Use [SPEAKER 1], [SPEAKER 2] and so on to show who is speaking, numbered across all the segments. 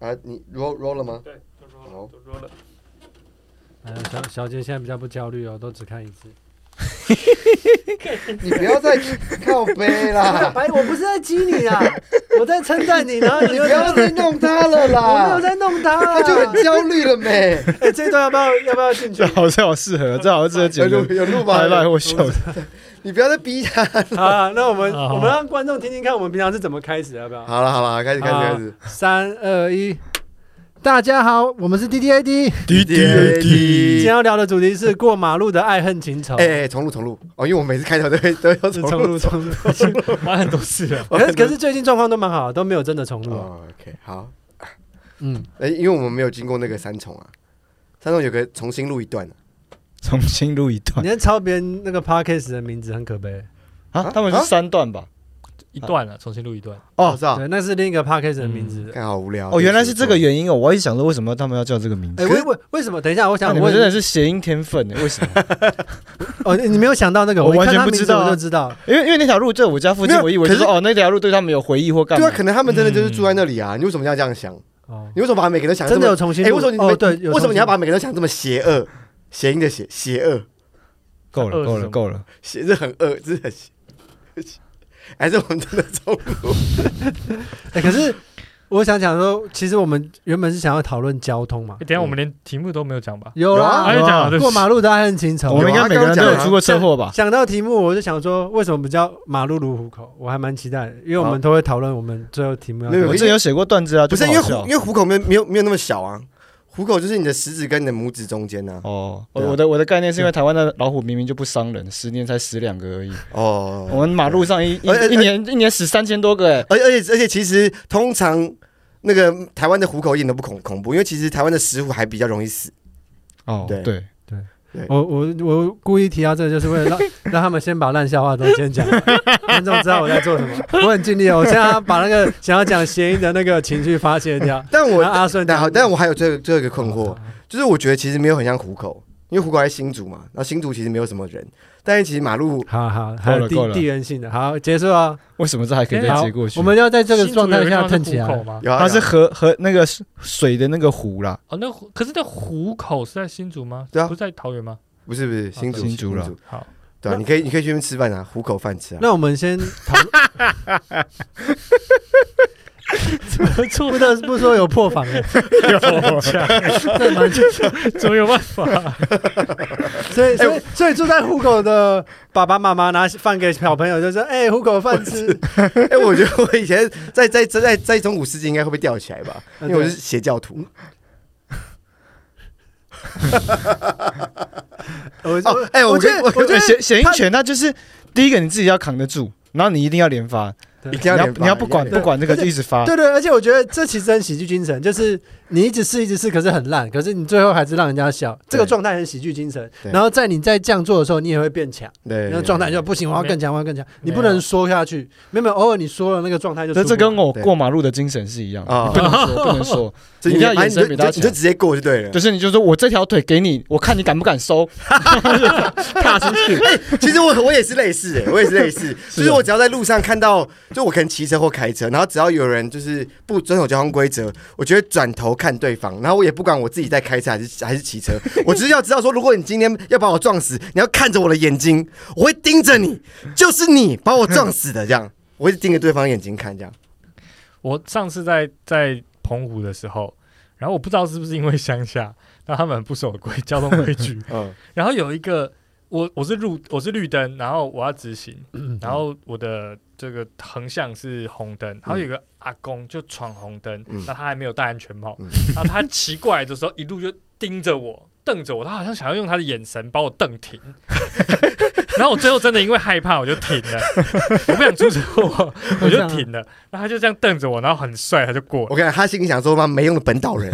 [SPEAKER 1] 啊，你 roll roll 了吗？
[SPEAKER 2] 对，都说
[SPEAKER 1] 好
[SPEAKER 2] 了，都说了。
[SPEAKER 3] 哎，小小金现在比较不焦虑哦，都只看一次。
[SPEAKER 1] 你不要再靠背 啦，
[SPEAKER 3] 啊白，我不是在激你 啊，我在称赞你，然后你
[SPEAKER 1] 你
[SPEAKER 3] 又
[SPEAKER 1] 不要再弄他了
[SPEAKER 3] 我没有
[SPEAKER 1] 啦，
[SPEAKER 3] 在弄啊他、
[SPEAKER 1] 他就很焦虑了 没？
[SPEAKER 3] 哎，这段要不要要不要进去
[SPEAKER 4] 这？好像好适合，这好像适合
[SPEAKER 1] 有
[SPEAKER 4] 剪
[SPEAKER 1] 录
[SPEAKER 4] 的
[SPEAKER 1] 有录
[SPEAKER 4] 拍卖
[SPEAKER 1] 吗？
[SPEAKER 4] 或笑的。
[SPEAKER 1] 你不要再逼他。
[SPEAKER 3] 好啊，那我们
[SPEAKER 4] 好好
[SPEAKER 3] 我们让观众听听看，我们平常是怎么开始的，要不 要？
[SPEAKER 1] 好了好了，开始开始开始。
[SPEAKER 3] 三二一，大家好，我们是 D D A D，
[SPEAKER 4] 滴滴滴
[SPEAKER 3] 今
[SPEAKER 4] 滴
[SPEAKER 3] 天，要聊的主题是过马路的爱恨情仇。
[SPEAKER 1] 哎，哎重录重录哦，因为我每次开头都会都要
[SPEAKER 3] 是
[SPEAKER 1] 重
[SPEAKER 3] 重
[SPEAKER 1] 录。
[SPEAKER 3] 录重录，重录
[SPEAKER 4] 玩很多次啊。
[SPEAKER 3] 可是可是最近状况都蛮好，都没有真的重录啊。
[SPEAKER 1] 哦 OK，好，
[SPEAKER 3] 嗯，
[SPEAKER 1] 哎，因为我们没有经过那个三重啊，三重有个重新录一段啊
[SPEAKER 4] 重新录一段
[SPEAKER 3] 你在抄别人那个 podcast 的名字很可悲。
[SPEAKER 4] 啊，他们是三段吧？
[SPEAKER 5] 一段了，重新录一段。
[SPEAKER 1] 哦，是啊，嗯
[SPEAKER 3] 对，那是另一个 podcast 的名字。
[SPEAKER 1] 看好无聊
[SPEAKER 4] 哦，原来是这个原因哦，我一直想说为什么他们要叫这个名字
[SPEAKER 3] 哎，。为为为什么？等一下，我
[SPEAKER 4] 那
[SPEAKER 3] 想
[SPEAKER 4] 啊你们
[SPEAKER 3] 问
[SPEAKER 4] 真的是谐音天分欸呢？为什 么？
[SPEAKER 3] 哦，你没有想到那个，
[SPEAKER 4] 我
[SPEAKER 3] 一
[SPEAKER 4] 完
[SPEAKER 3] 看
[SPEAKER 4] 全
[SPEAKER 3] 他
[SPEAKER 4] 不
[SPEAKER 3] 名
[SPEAKER 4] 知
[SPEAKER 3] 字
[SPEAKER 4] 道
[SPEAKER 3] 我
[SPEAKER 4] 啊
[SPEAKER 3] 就知道。
[SPEAKER 4] 因为因为那条路在我家附近，
[SPEAKER 1] 没有
[SPEAKER 4] 我以为就
[SPEAKER 1] 可是
[SPEAKER 4] 是哦那条路对他们有回忆或干
[SPEAKER 1] 对啊，。
[SPEAKER 4] 嘛
[SPEAKER 1] 可能他们真的就是住在那里啊。你为什么要这样想？
[SPEAKER 3] 哦，
[SPEAKER 1] 你为什么把每个人都想这
[SPEAKER 3] 真
[SPEAKER 1] 么
[SPEAKER 3] 的有重新
[SPEAKER 1] 哎、
[SPEAKER 3] 录？
[SPEAKER 1] 为什么你们、
[SPEAKER 3] 哦对，有
[SPEAKER 1] 为什
[SPEAKER 3] 重
[SPEAKER 1] 么
[SPEAKER 3] 新
[SPEAKER 1] 你要把每个人都想这么邪恶？谐音的邪，邪恶，
[SPEAKER 4] 够了
[SPEAKER 5] 饿
[SPEAKER 4] 够
[SPEAKER 5] 是
[SPEAKER 4] 了
[SPEAKER 5] 什么
[SPEAKER 4] 够了，
[SPEAKER 1] 邪是很恶，这是很邪。还是我们真的中路？
[SPEAKER 3] 哎，可是我想讲说，其实我们原本是想要讨论交通嘛
[SPEAKER 5] 诶，等一下我们连题目都没有讲吧？
[SPEAKER 3] 有
[SPEAKER 1] 有
[SPEAKER 3] 啦
[SPEAKER 1] 啊，
[SPEAKER 5] 哎，讲了，对不
[SPEAKER 3] 过
[SPEAKER 5] 起
[SPEAKER 3] 马路的爱恨情仇。
[SPEAKER 4] 我们
[SPEAKER 1] 有
[SPEAKER 4] 应该
[SPEAKER 1] 啊
[SPEAKER 4] 每个人都
[SPEAKER 1] 刚
[SPEAKER 4] 有
[SPEAKER 1] 刚
[SPEAKER 4] 出过车祸吧？
[SPEAKER 3] 想到题目，我就想说，为什么不叫马路如虎口？我还蛮期待的，因为我们都会讨论我们最后题目要
[SPEAKER 1] 没有
[SPEAKER 3] 怎么
[SPEAKER 4] 我之前有写过段子啊，
[SPEAKER 1] 不
[SPEAKER 4] 就是
[SPEAKER 1] 因
[SPEAKER 4] 好
[SPEAKER 1] 为虎
[SPEAKER 4] 笑
[SPEAKER 1] 因为虎口没有没有没有那么小啊，虎口就是你的食指跟你的拇指中间呢、
[SPEAKER 4] 哦，
[SPEAKER 1] 对啊
[SPEAKER 4] 我我的我的概念是因为台湾的老虎明明就不伤人，十年才死两个而已。我
[SPEAKER 1] 哦，
[SPEAKER 4] 们马路上一一
[SPEAKER 1] 哎哎哎
[SPEAKER 4] 一年一年死三千多个，哎，
[SPEAKER 1] 而而且而且其实通常那个台湾的虎口一点都不恐恐怖，因为其实台湾的石虎还比较容易死。
[SPEAKER 4] 哦
[SPEAKER 1] 对
[SPEAKER 4] 对，
[SPEAKER 3] 我我我故意提到这个，就是为了让让他们先把烂笑话都先讲完，观众知道我在做什么。我很尽力哦，我现在要把那个想要讲谐音的那个情绪发泄掉。
[SPEAKER 1] 但我
[SPEAKER 3] 然后阿
[SPEAKER 4] 啊
[SPEAKER 3] 顺
[SPEAKER 1] 但
[SPEAKER 3] 讲，
[SPEAKER 1] 好，但我还有这个这个困惑
[SPEAKER 3] 哦，
[SPEAKER 1] 就是我觉得其实没有很像虎口，因为虎口在新竹嘛，然后新竹其实没有什么人，但是其实马路
[SPEAKER 3] 好好，还有
[SPEAKER 4] 够了够
[SPEAKER 3] 地
[SPEAKER 4] 了
[SPEAKER 3] 地缘性的，好结束啊。
[SPEAKER 4] 为什么这还可以再
[SPEAKER 3] 好
[SPEAKER 4] 接过，去？
[SPEAKER 3] 我们要在这个
[SPEAKER 5] 新竹
[SPEAKER 3] 状
[SPEAKER 5] 有
[SPEAKER 3] 态
[SPEAKER 5] 一
[SPEAKER 3] 下
[SPEAKER 5] 方是
[SPEAKER 3] 腾起
[SPEAKER 5] 虎口
[SPEAKER 3] 来。
[SPEAKER 5] 吗？
[SPEAKER 1] 有啊
[SPEAKER 4] 它
[SPEAKER 1] 有
[SPEAKER 4] 是
[SPEAKER 1] 啊
[SPEAKER 4] 河河那个水的那个湖啦，
[SPEAKER 5] 哦，那虎可是那虎口是在新竹吗？
[SPEAKER 1] 对啊
[SPEAKER 5] 不是在桃园吗？
[SPEAKER 1] 不是不是啊新竹
[SPEAKER 4] 新竹了
[SPEAKER 5] 好，
[SPEAKER 1] 对啊，你可以你可以去那边吃饭啊，虎口饭吃啊。
[SPEAKER 3] 那我们先讨
[SPEAKER 5] 错
[SPEAKER 3] 不得不说有破防了，啊这蛮
[SPEAKER 5] 怎么有办 法？
[SPEAKER 3] 所以，所以，所以住在虎口的爸爸妈妈拿饭给小朋友，就说：“哎、虎口饭吃。
[SPEAKER 1] 哎，我觉得我以前在在在在在中古世纪应该会被吊起来吧，
[SPEAKER 3] 啊
[SPEAKER 1] 因
[SPEAKER 3] 对
[SPEAKER 1] 为我是邪教徒。
[SPEAKER 3] 我”我
[SPEAKER 1] 哦，哎，我
[SPEAKER 3] 觉
[SPEAKER 1] 跟
[SPEAKER 3] 得，
[SPEAKER 1] 我
[SPEAKER 3] 我觉
[SPEAKER 4] 哎
[SPEAKER 3] 得
[SPEAKER 4] 谐谐音
[SPEAKER 3] 它
[SPEAKER 4] 拳它就是第一个你自己要扛得住，然后你一定要连发，
[SPEAKER 1] 一
[SPEAKER 4] 你
[SPEAKER 1] 定
[SPEAKER 4] 要
[SPEAKER 1] 要
[SPEAKER 4] 你要不管不
[SPEAKER 1] 管
[SPEAKER 4] 管这个就一直发，
[SPEAKER 3] 对对，而且我觉得这其实很喜剧精神，就是你一直试一直试，可是很烂，可是你最后还是让人家笑，这个状态很喜剧精神。
[SPEAKER 1] 对
[SPEAKER 3] 然后在你在这样做的时候，你也会变强，
[SPEAKER 1] 对
[SPEAKER 3] 那个状态就不行，我要更强，我要更强，你不
[SPEAKER 5] 没有
[SPEAKER 3] 能缩下去。没有，没有偶尔你缩了那个状态就
[SPEAKER 4] 这
[SPEAKER 3] 出
[SPEAKER 4] 这
[SPEAKER 3] 不来
[SPEAKER 4] 跟我
[SPEAKER 1] 对
[SPEAKER 4] 过马路的精神是一样的，
[SPEAKER 1] 啊
[SPEAKER 4] 你不能说不 能说，
[SPEAKER 1] 就
[SPEAKER 4] 你一定要
[SPEAKER 1] 哎
[SPEAKER 4] 眼神
[SPEAKER 1] 你
[SPEAKER 4] 比
[SPEAKER 1] 就
[SPEAKER 4] 他
[SPEAKER 1] 你就
[SPEAKER 4] 强。
[SPEAKER 1] 直接过就对了
[SPEAKER 4] 就。是你就说我这条腿给你，我看你敢不敢收，踏 出去。
[SPEAKER 1] 哎其实我我也是类似哎，我也是类似，就是我只要在路上看到，就我可能骑车或开车，然后只要有人就是不遵守交通规则，我就会转头看对方，然后我也不管我自己在开车还是还是骑车，我只是要知道说，如果你今天要把我撞死，你要看着我的眼睛，我会盯着你，就是你把我撞死的这样，我会盯着对方眼睛看这样。
[SPEAKER 5] 我上次在在澎湖的时候，然后我不知道是不是因为乡下，然后他们很不守规交通规 矩，
[SPEAKER 1] 嗯，
[SPEAKER 5] 然后有一个我我是路我是绿灯，然后我要直行，
[SPEAKER 3] 嗯
[SPEAKER 5] 然后我的这个横向是红灯，然后有一个阿公就闯红灯，
[SPEAKER 1] 嗯
[SPEAKER 5] 那他还没有戴安全帽
[SPEAKER 1] 嗯，
[SPEAKER 5] 然后他骑过来的时候一路就盯着我。瞪着我，他好像想要用他的眼神把我瞪停， 然后我最后真的因为害怕，我就停了，我不想出车祸，我就停了。然后他就这样瞪着我，然后很帅，他就过了。
[SPEAKER 1] 我看他心里想说妈没用的本岛人，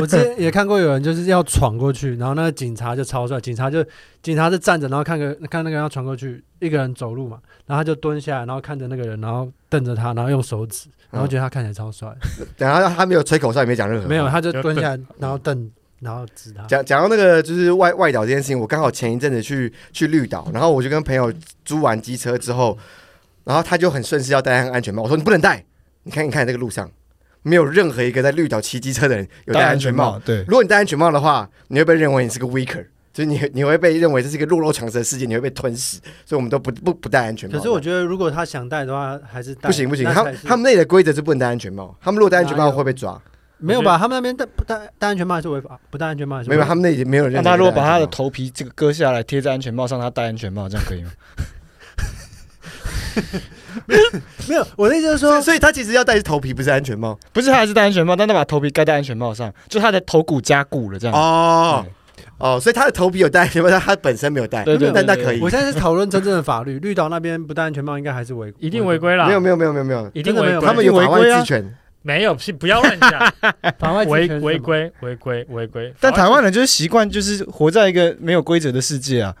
[SPEAKER 3] 我之前也看过有人就是要闯过去，然后那个警察就超帅，警察就警察就站着，然后看个看那个人要闯过去，一个人走路嘛，然后他就蹲下来，然后看着那个人，然后瞪着他，然后用手指，
[SPEAKER 1] 嗯
[SPEAKER 3] 然后觉得他看起来超帅，
[SPEAKER 1] 然后他没有吹口哨，也没讲任何话，
[SPEAKER 3] 没有他就蹲下来，然后瞪，然后指他。
[SPEAKER 1] 讲讲到那个就是外外岛这件事情，我刚好前一阵子去去绿岛，然后我就跟朋友租完机车之后，然后他就很顺势要戴上安全帽，我说你不能戴，你看你看这个路上没有任何一个在绿岛骑机车的人有戴安全帽。，
[SPEAKER 2] 对，
[SPEAKER 1] 如果你戴安全帽的话，你会被认为你是个 weaker，就是你你会被认为这是一个弱肉强食的世界，你会被吞噬。所以我们都不不不戴安全帽。
[SPEAKER 3] 可是我觉得，如果他想戴的话，还是戴。
[SPEAKER 1] 不行不行，
[SPEAKER 3] 那
[SPEAKER 1] 他
[SPEAKER 3] 才
[SPEAKER 1] 们
[SPEAKER 3] 是
[SPEAKER 1] 他们那里的规则是不能戴安全帽，他们如果戴安全
[SPEAKER 3] 哪
[SPEAKER 1] 帽
[SPEAKER 3] 有
[SPEAKER 1] 会被抓。
[SPEAKER 3] 没有吧？他们那边戴不戴戴安全帽还是违法，不戴安全帽还是
[SPEAKER 1] 没
[SPEAKER 3] 违
[SPEAKER 1] 有，
[SPEAKER 3] 法
[SPEAKER 1] 他们那里没有人
[SPEAKER 4] 那
[SPEAKER 1] 认真戴安全帽。
[SPEAKER 4] 他如果把他的头皮这个割下来贴在安全帽上，他戴安全帽，这样可以吗？
[SPEAKER 3] 没有。我的意思就是
[SPEAKER 1] 所
[SPEAKER 3] 说
[SPEAKER 1] 以，所以他其实要戴的是头皮，不是安全帽。
[SPEAKER 4] 不是，他还是戴安全帽，但他把头皮盖在安全帽上，就他的头骨加固了这样。
[SPEAKER 1] 哦哦，所以他的头皮有戴安全帽，但他本身没有戴。
[SPEAKER 4] 对对对
[SPEAKER 1] 但
[SPEAKER 4] 对
[SPEAKER 1] 那可以。
[SPEAKER 3] 我现在是讨论真正的法律， 绿岛那边不戴安全帽应该还是违，
[SPEAKER 5] 一定违。规啦，
[SPEAKER 1] 没有没有没有没有没有，
[SPEAKER 5] 一定违
[SPEAKER 3] 真的
[SPEAKER 5] 规，
[SPEAKER 1] 他们有法
[SPEAKER 4] 违规
[SPEAKER 1] 外
[SPEAKER 4] 啊
[SPEAKER 1] 之权。
[SPEAKER 5] 没有，屁不要 乱讲，
[SPEAKER 3] 法外之
[SPEAKER 5] 违
[SPEAKER 3] 权是
[SPEAKER 5] 违
[SPEAKER 3] 什么，
[SPEAKER 5] 规违规违规。
[SPEAKER 4] 但
[SPEAKER 5] 台
[SPEAKER 4] 台湾人就是习惯，就是活在一个没有规则的世界啊。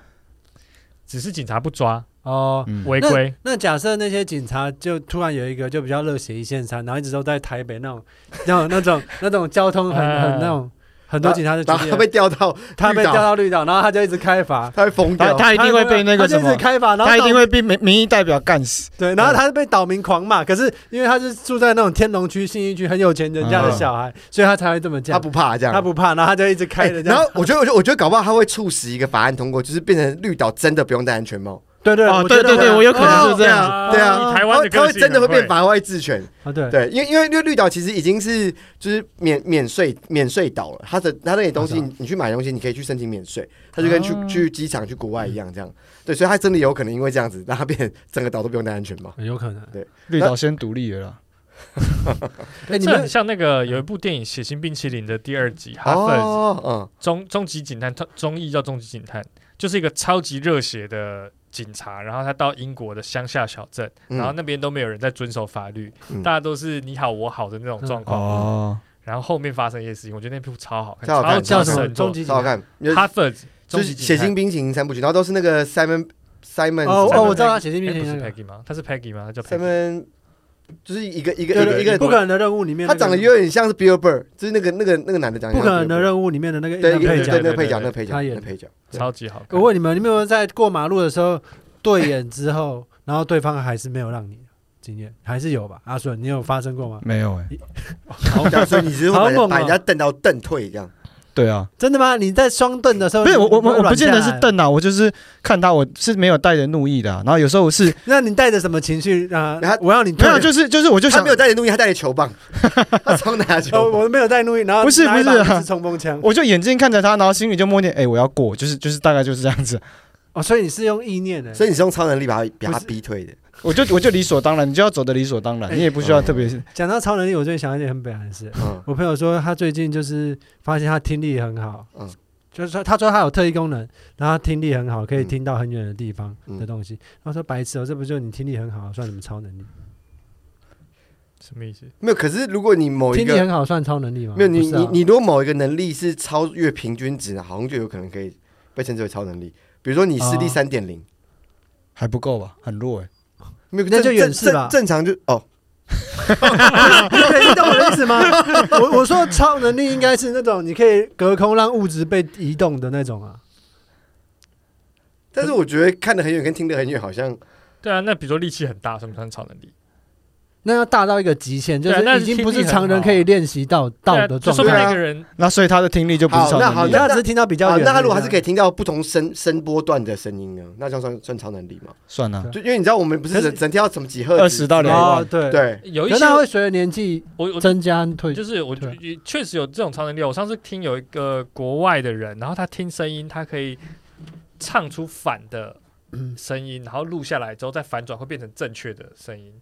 [SPEAKER 5] 只是警察不抓
[SPEAKER 3] 哦。
[SPEAKER 4] 嗯，
[SPEAKER 5] 违规，
[SPEAKER 3] 那假设那些警察就突然有一个就比较热血一线三，然后一直都在台北那种、那 种、那种、那种交通很 很那种，很多警察就
[SPEAKER 1] 然
[SPEAKER 3] 觉
[SPEAKER 1] 后他
[SPEAKER 3] 得
[SPEAKER 1] 被调到，
[SPEAKER 3] 他被
[SPEAKER 1] 绿岛
[SPEAKER 3] 调到绿岛，然后他就一直开罚，
[SPEAKER 1] 他会疯
[SPEAKER 4] 他
[SPEAKER 1] 掉。
[SPEAKER 4] 啊他一定会被那
[SPEAKER 3] 他
[SPEAKER 4] 个
[SPEAKER 3] 就
[SPEAKER 4] 什
[SPEAKER 3] 一直
[SPEAKER 4] 么，
[SPEAKER 3] 开罚，然后
[SPEAKER 4] 他一定
[SPEAKER 3] 到
[SPEAKER 4] 会被民民意代表干死。
[SPEAKER 3] 对，然后他被岛民狂骂，可是因为他是住在那种天龙区、信义区很有钱人家的小孩，所以他才会这么
[SPEAKER 1] 他
[SPEAKER 3] 讲。
[SPEAKER 1] 不怕这样，
[SPEAKER 3] 他不怕，然后他就一直开
[SPEAKER 1] 哎
[SPEAKER 3] 人家。
[SPEAKER 1] 然后我觉得，我觉得，我觉得搞不好他会促使一个法案通过，就是变成绿岛真的不用戴安全帽。
[SPEAKER 3] 对对
[SPEAKER 4] 哦，
[SPEAKER 3] 我
[SPEAKER 4] 对
[SPEAKER 3] 觉得
[SPEAKER 4] 对对，
[SPEAKER 3] 会
[SPEAKER 4] 我有可能是这样。
[SPEAKER 5] 哦
[SPEAKER 1] 对
[SPEAKER 3] 啊
[SPEAKER 5] 以台湾
[SPEAKER 1] 他
[SPEAKER 5] 的
[SPEAKER 1] 他
[SPEAKER 5] 个
[SPEAKER 1] 会
[SPEAKER 5] 性
[SPEAKER 1] 真的会变
[SPEAKER 5] 很
[SPEAKER 1] 法外治权。
[SPEAKER 3] 啊对
[SPEAKER 1] 对，因为因为因为绿岛其实已经是就是免免税免税岛了，它的它那些东西
[SPEAKER 3] 好
[SPEAKER 1] 你你去买东西，你可以去申请免税，它就跟去、
[SPEAKER 4] 哦
[SPEAKER 1] 去机场去国外一样这样。对，所以它真的有可能因为这样子，让它变成整个岛都不用戴安全帽。
[SPEAKER 3] 有可能。
[SPEAKER 4] 绿岛先独立了啦。
[SPEAKER 3] 哎，你
[SPEAKER 5] 这很
[SPEAKER 3] 们
[SPEAKER 5] 像那个有一部电影《血腥冰淇淋》的第二集，哈佛、
[SPEAKER 1] 哦，
[SPEAKER 5] 终终极警探，它中译叫终极警探，就是一个超级热血的警察，然后他到英国的乡下小镇，
[SPEAKER 1] 嗯，
[SPEAKER 5] 然后那边都没有人在遵守法律，
[SPEAKER 1] 嗯
[SPEAKER 5] 大家都是你好我好的那种状况。
[SPEAKER 4] 哦，
[SPEAKER 5] 然后后面发生一些事情，我觉得那部超好看，
[SPEAKER 1] 超好看
[SPEAKER 5] 超
[SPEAKER 3] 叫
[SPEAKER 5] 级
[SPEAKER 3] 什么？
[SPEAKER 5] 神
[SPEAKER 3] 终
[SPEAKER 5] 作。
[SPEAKER 3] 极哦
[SPEAKER 1] 超好看，
[SPEAKER 5] 哈佛
[SPEAKER 1] 就
[SPEAKER 5] 终
[SPEAKER 1] 是
[SPEAKER 5] 极
[SPEAKER 1] 血
[SPEAKER 5] 警
[SPEAKER 1] 腥
[SPEAKER 5] 探。
[SPEAKER 1] 冰淇淋三部曲，然后都是那个 Simon Simon
[SPEAKER 3] 哦
[SPEAKER 5] 他
[SPEAKER 3] 哦，
[SPEAKER 5] 们
[SPEAKER 3] 我知道他写信
[SPEAKER 5] 哎，
[SPEAKER 3] 冰淇
[SPEAKER 5] 不
[SPEAKER 3] 淋
[SPEAKER 5] 是
[SPEAKER 3] 那个
[SPEAKER 5] Peggy 吗？他是 Peggy 吗？他叫 Peggy。
[SPEAKER 1] Simon，就是一个一
[SPEAKER 3] 对
[SPEAKER 1] 个一个一
[SPEAKER 3] 不
[SPEAKER 1] 个，
[SPEAKER 3] 可能的任务里面那
[SPEAKER 1] 他
[SPEAKER 3] 个，
[SPEAKER 1] 长得有点像是 Bill Burr，就是那个那个那个男的长得
[SPEAKER 3] 不
[SPEAKER 1] 像
[SPEAKER 3] 可能的
[SPEAKER 1] Bill Burr
[SPEAKER 3] 任务里面的那个
[SPEAKER 1] 对
[SPEAKER 3] 那
[SPEAKER 1] 一
[SPEAKER 3] 个
[SPEAKER 1] 个
[SPEAKER 3] 配
[SPEAKER 1] 对
[SPEAKER 3] 角
[SPEAKER 1] 对。那个
[SPEAKER 5] 对
[SPEAKER 1] 配角
[SPEAKER 5] 对
[SPEAKER 1] 那个配角
[SPEAKER 3] 他演
[SPEAKER 1] 那
[SPEAKER 3] 的
[SPEAKER 1] 个配角，对
[SPEAKER 5] 超级好看
[SPEAKER 3] 我。问你们，你们有没有在过马路的时候对眼之后，然后对方还是没有让你经验，还是有吧？阿顺，你有发生过吗？
[SPEAKER 4] 没有哎，
[SPEAKER 1] 这样所以你是会把
[SPEAKER 3] 好猛哦
[SPEAKER 1] 人把人家瞪到瞪退这样。
[SPEAKER 4] 对啊，
[SPEAKER 3] 真的吗？你在双盾的时候，
[SPEAKER 4] 不是我我
[SPEAKER 3] 你会
[SPEAKER 4] 我我不
[SPEAKER 3] 软
[SPEAKER 4] 见得
[SPEAKER 3] 下
[SPEAKER 4] 是
[SPEAKER 3] 来，
[SPEAKER 4] 瞪啊，我就是看他，我是没有带着怒意的啊。然后有时候我是
[SPEAKER 3] 那你带着什么情绪啊
[SPEAKER 1] 然后？
[SPEAKER 3] 我要你
[SPEAKER 4] 没有，
[SPEAKER 3] 退
[SPEAKER 4] 就是就是我就
[SPEAKER 1] 他
[SPEAKER 4] 想
[SPEAKER 1] 没有带着怒意，他带着球 棒，他从哪球
[SPEAKER 3] 哦，
[SPEAKER 1] 棒？
[SPEAKER 3] 我没有带录音，然后
[SPEAKER 4] 不是
[SPEAKER 3] 拿一把
[SPEAKER 4] 不是啊
[SPEAKER 3] 一支冲锋枪
[SPEAKER 4] 我就眼睛看着他，然后心里就默念：“哎、我要过。”就是就是大概就是这样子，
[SPEAKER 3] 哦，所以你是用意念的，
[SPEAKER 1] 所
[SPEAKER 3] 以
[SPEAKER 1] 以你是用超能力把他把
[SPEAKER 4] 不
[SPEAKER 1] 他
[SPEAKER 4] 是
[SPEAKER 1] 逼退的。
[SPEAKER 4] 我就我就理所当然，你就要走的理所当然，你也不需要特别是
[SPEAKER 3] 讲到超能力，我最想一件很北韩的事。
[SPEAKER 1] 嗯，
[SPEAKER 3] 我朋友说他最近就是发现他听力很好，
[SPEAKER 1] 嗯
[SPEAKER 3] 就是说他说他有特异功能，然后他听力很好，可以听到很远的地方
[SPEAKER 1] 嗯
[SPEAKER 3] 的东西。他说白痴哦，这不就你听力很好算什么超能力？
[SPEAKER 5] 什么意思？
[SPEAKER 1] 没有。可是如果你某一
[SPEAKER 3] 听力
[SPEAKER 1] 个
[SPEAKER 3] 很好算超能力吗？
[SPEAKER 1] 没有你
[SPEAKER 3] 不是啊
[SPEAKER 1] 你你如果某一个能力是超越平均值，好像就有可能可以被称之为超能力。比如说你视力
[SPEAKER 3] 哦
[SPEAKER 1] 三点零，
[SPEAKER 4] 还不够吧，很弱哎、
[SPEAKER 1] 没有
[SPEAKER 3] 那就
[SPEAKER 1] 正
[SPEAKER 3] 远
[SPEAKER 1] 正
[SPEAKER 3] 视吧
[SPEAKER 1] 正正常就哦，
[SPEAKER 3] 你懂我的意思吗？ 我我说超能力应该是那种你可以隔空让物质被移动的那种啊。
[SPEAKER 1] 但是我觉得看得很远跟听得很远好像
[SPEAKER 5] 对啊，那比如说力气很大，算不算超能力？
[SPEAKER 3] 那要大到一个极限，就
[SPEAKER 5] 对啊那
[SPEAKER 3] 是
[SPEAKER 5] 是
[SPEAKER 3] 已经
[SPEAKER 5] 听
[SPEAKER 3] 不是
[SPEAKER 5] 力很
[SPEAKER 3] 常人
[SPEAKER 5] 好
[SPEAKER 3] 可以练习到
[SPEAKER 5] 对
[SPEAKER 3] 到
[SPEAKER 5] 啊
[SPEAKER 3] 的
[SPEAKER 5] 就
[SPEAKER 3] 状
[SPEAKER 5] 说
[SPEAKER 1] 对
[SPEAKER 5] 明
[SPEAKER 1] 啊
[SPEAKER 3] 态。
[SPEAKER 5] 那个人
[SPEAKER 4] 那所以他的听力就不是超
[SPEAKER 1] 好那
[SPEAKER 4] 能
[SPEAKER 1] 好
[SPEAKER 4] 力啊
[SPEAKER 1] 那
[SPEAKER 4] 了，
[SPEAKER 3] 他只是听到比较
[SPEAKER 1] 啊，
[SPEAKER 3] 远。
[SPEAKER 1] 那他如果还是可以
[SPEAKER 3] 以，
[SPEAKER 1] 听到不同声声波段的声音呢，那这样算算超能力吗？
[SPEAKER 4] 算了，
[SPEAKER 1] 就因为你知道我们不
[SPEAKER 3] 嗯可
[SPEAKER 1] 是
[SPEAKER 3] 是
[SPEAKER 1] 整整天要什么几赫兹
[SPEAKER 4] 20到两万
[SPEAKER 3] 哦，对。
[SPEAKER 1] 对，
[SPEAKER 5] 有一
[SPEAKER 3] 可是
[SPEAKER 5] 些
[SPEAKER 3] 他会随着年纪
[SPEAKER 5] 我我
[SPEAKER 3] 增加退，
[SPEAKER 5] 就是我
[SPEAKER 3] 对
[SPEAKER 5] 觉确实有这种超能力。我上次听有一个国外的人，然后他听声音，他可以唱出反的
[SPEAKER 3] 嗯
[SPEAKER 5] 声音，然后录下来之后再反转，会变成正确的声音。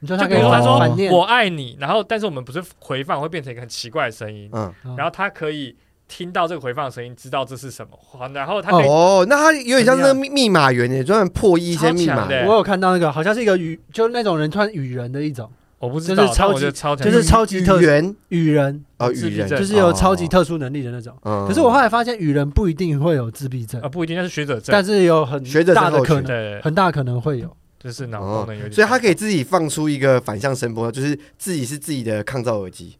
[SPEAKER 3] 你说
[SPEAKER 5] 就
[SPEAKER 3] 他
[SPEAKER 5] 比
[SPEAKER 3] 可以
[SPEAKER 5] 如说他说
[SPEAKER 3] 反念，
[SPEAKER 5] “我爱你”，然后但是我们不是回放会变成一个很奇怪的声音，
[SPEAKER 1] 嗯，
[SPEAKER 3] 嗯
[SPEAKER 5] 然后他可以听到这个回放的声音，知道这是什么，好然后他可以
[SPEAKER 1] 哦，那他有点像那个密密码员耶，专门破译一些密
[SPEAKER 5] 超
[SPEAKER 1] 码
[SPEAKER 5] 强的。
[SPEAKER 4] 哎
[SPEAKER 5] 耶
[SPEAKER 3] 我有看到那个好像是一个语，就是那种人穿语人的一种，
[SPEAKER 5] 我不知
[SPEAKER 3] 就
[SPEAKER 5] 道，
[SPEAKER 3] 是
[SPEAKER 5] 但
[SPEAKER 3] 超
[SPEAKER 5] 我觉得超
[SPEAKER 3] 就
[SPEAKER 5] 强
[SPEAKER 3] 是超级特
[SPEAKER 1] 语言
[SPEAKER 3] 语人
[SPEAKER 1] 哦，
[SPEAKER 5] 自
[SPEAKER 1] 语
[SPEAKER 5] 闭
[SPEAKER 1] 言
[SPEAKER 5] 症对
[SPEAKER 3] 就是有超级。特殊能力的那种。
[SPEAKER 1] 哦
[SPEAKER 3] 可是我后来发现，语人不一定会有自闭症
[SPEAKER 4] 哦
[SPEAKER 5] 啊，，不一定，那是学者证，
[SPEAKER 3] 但是有很
[SPEAKER 1] 学者是
[SPEAKER 3] 大的
[SPEAKER 1] 后
[SPEAKER 3] 可
[SPEAKER 1] 学
[SPEAKER 3] 能，
[SPEAKER 5] 对，
[SPEAKER 3] 很大可能会有。
[SPEAKER 5] 就是脑
[SPEAKER 1] 哦
[SPEAKER 5] 功能有点，
[SPEAKER 1] 所以他可以自己放出一个反向声波，就是自己是自己的抗噪耳机。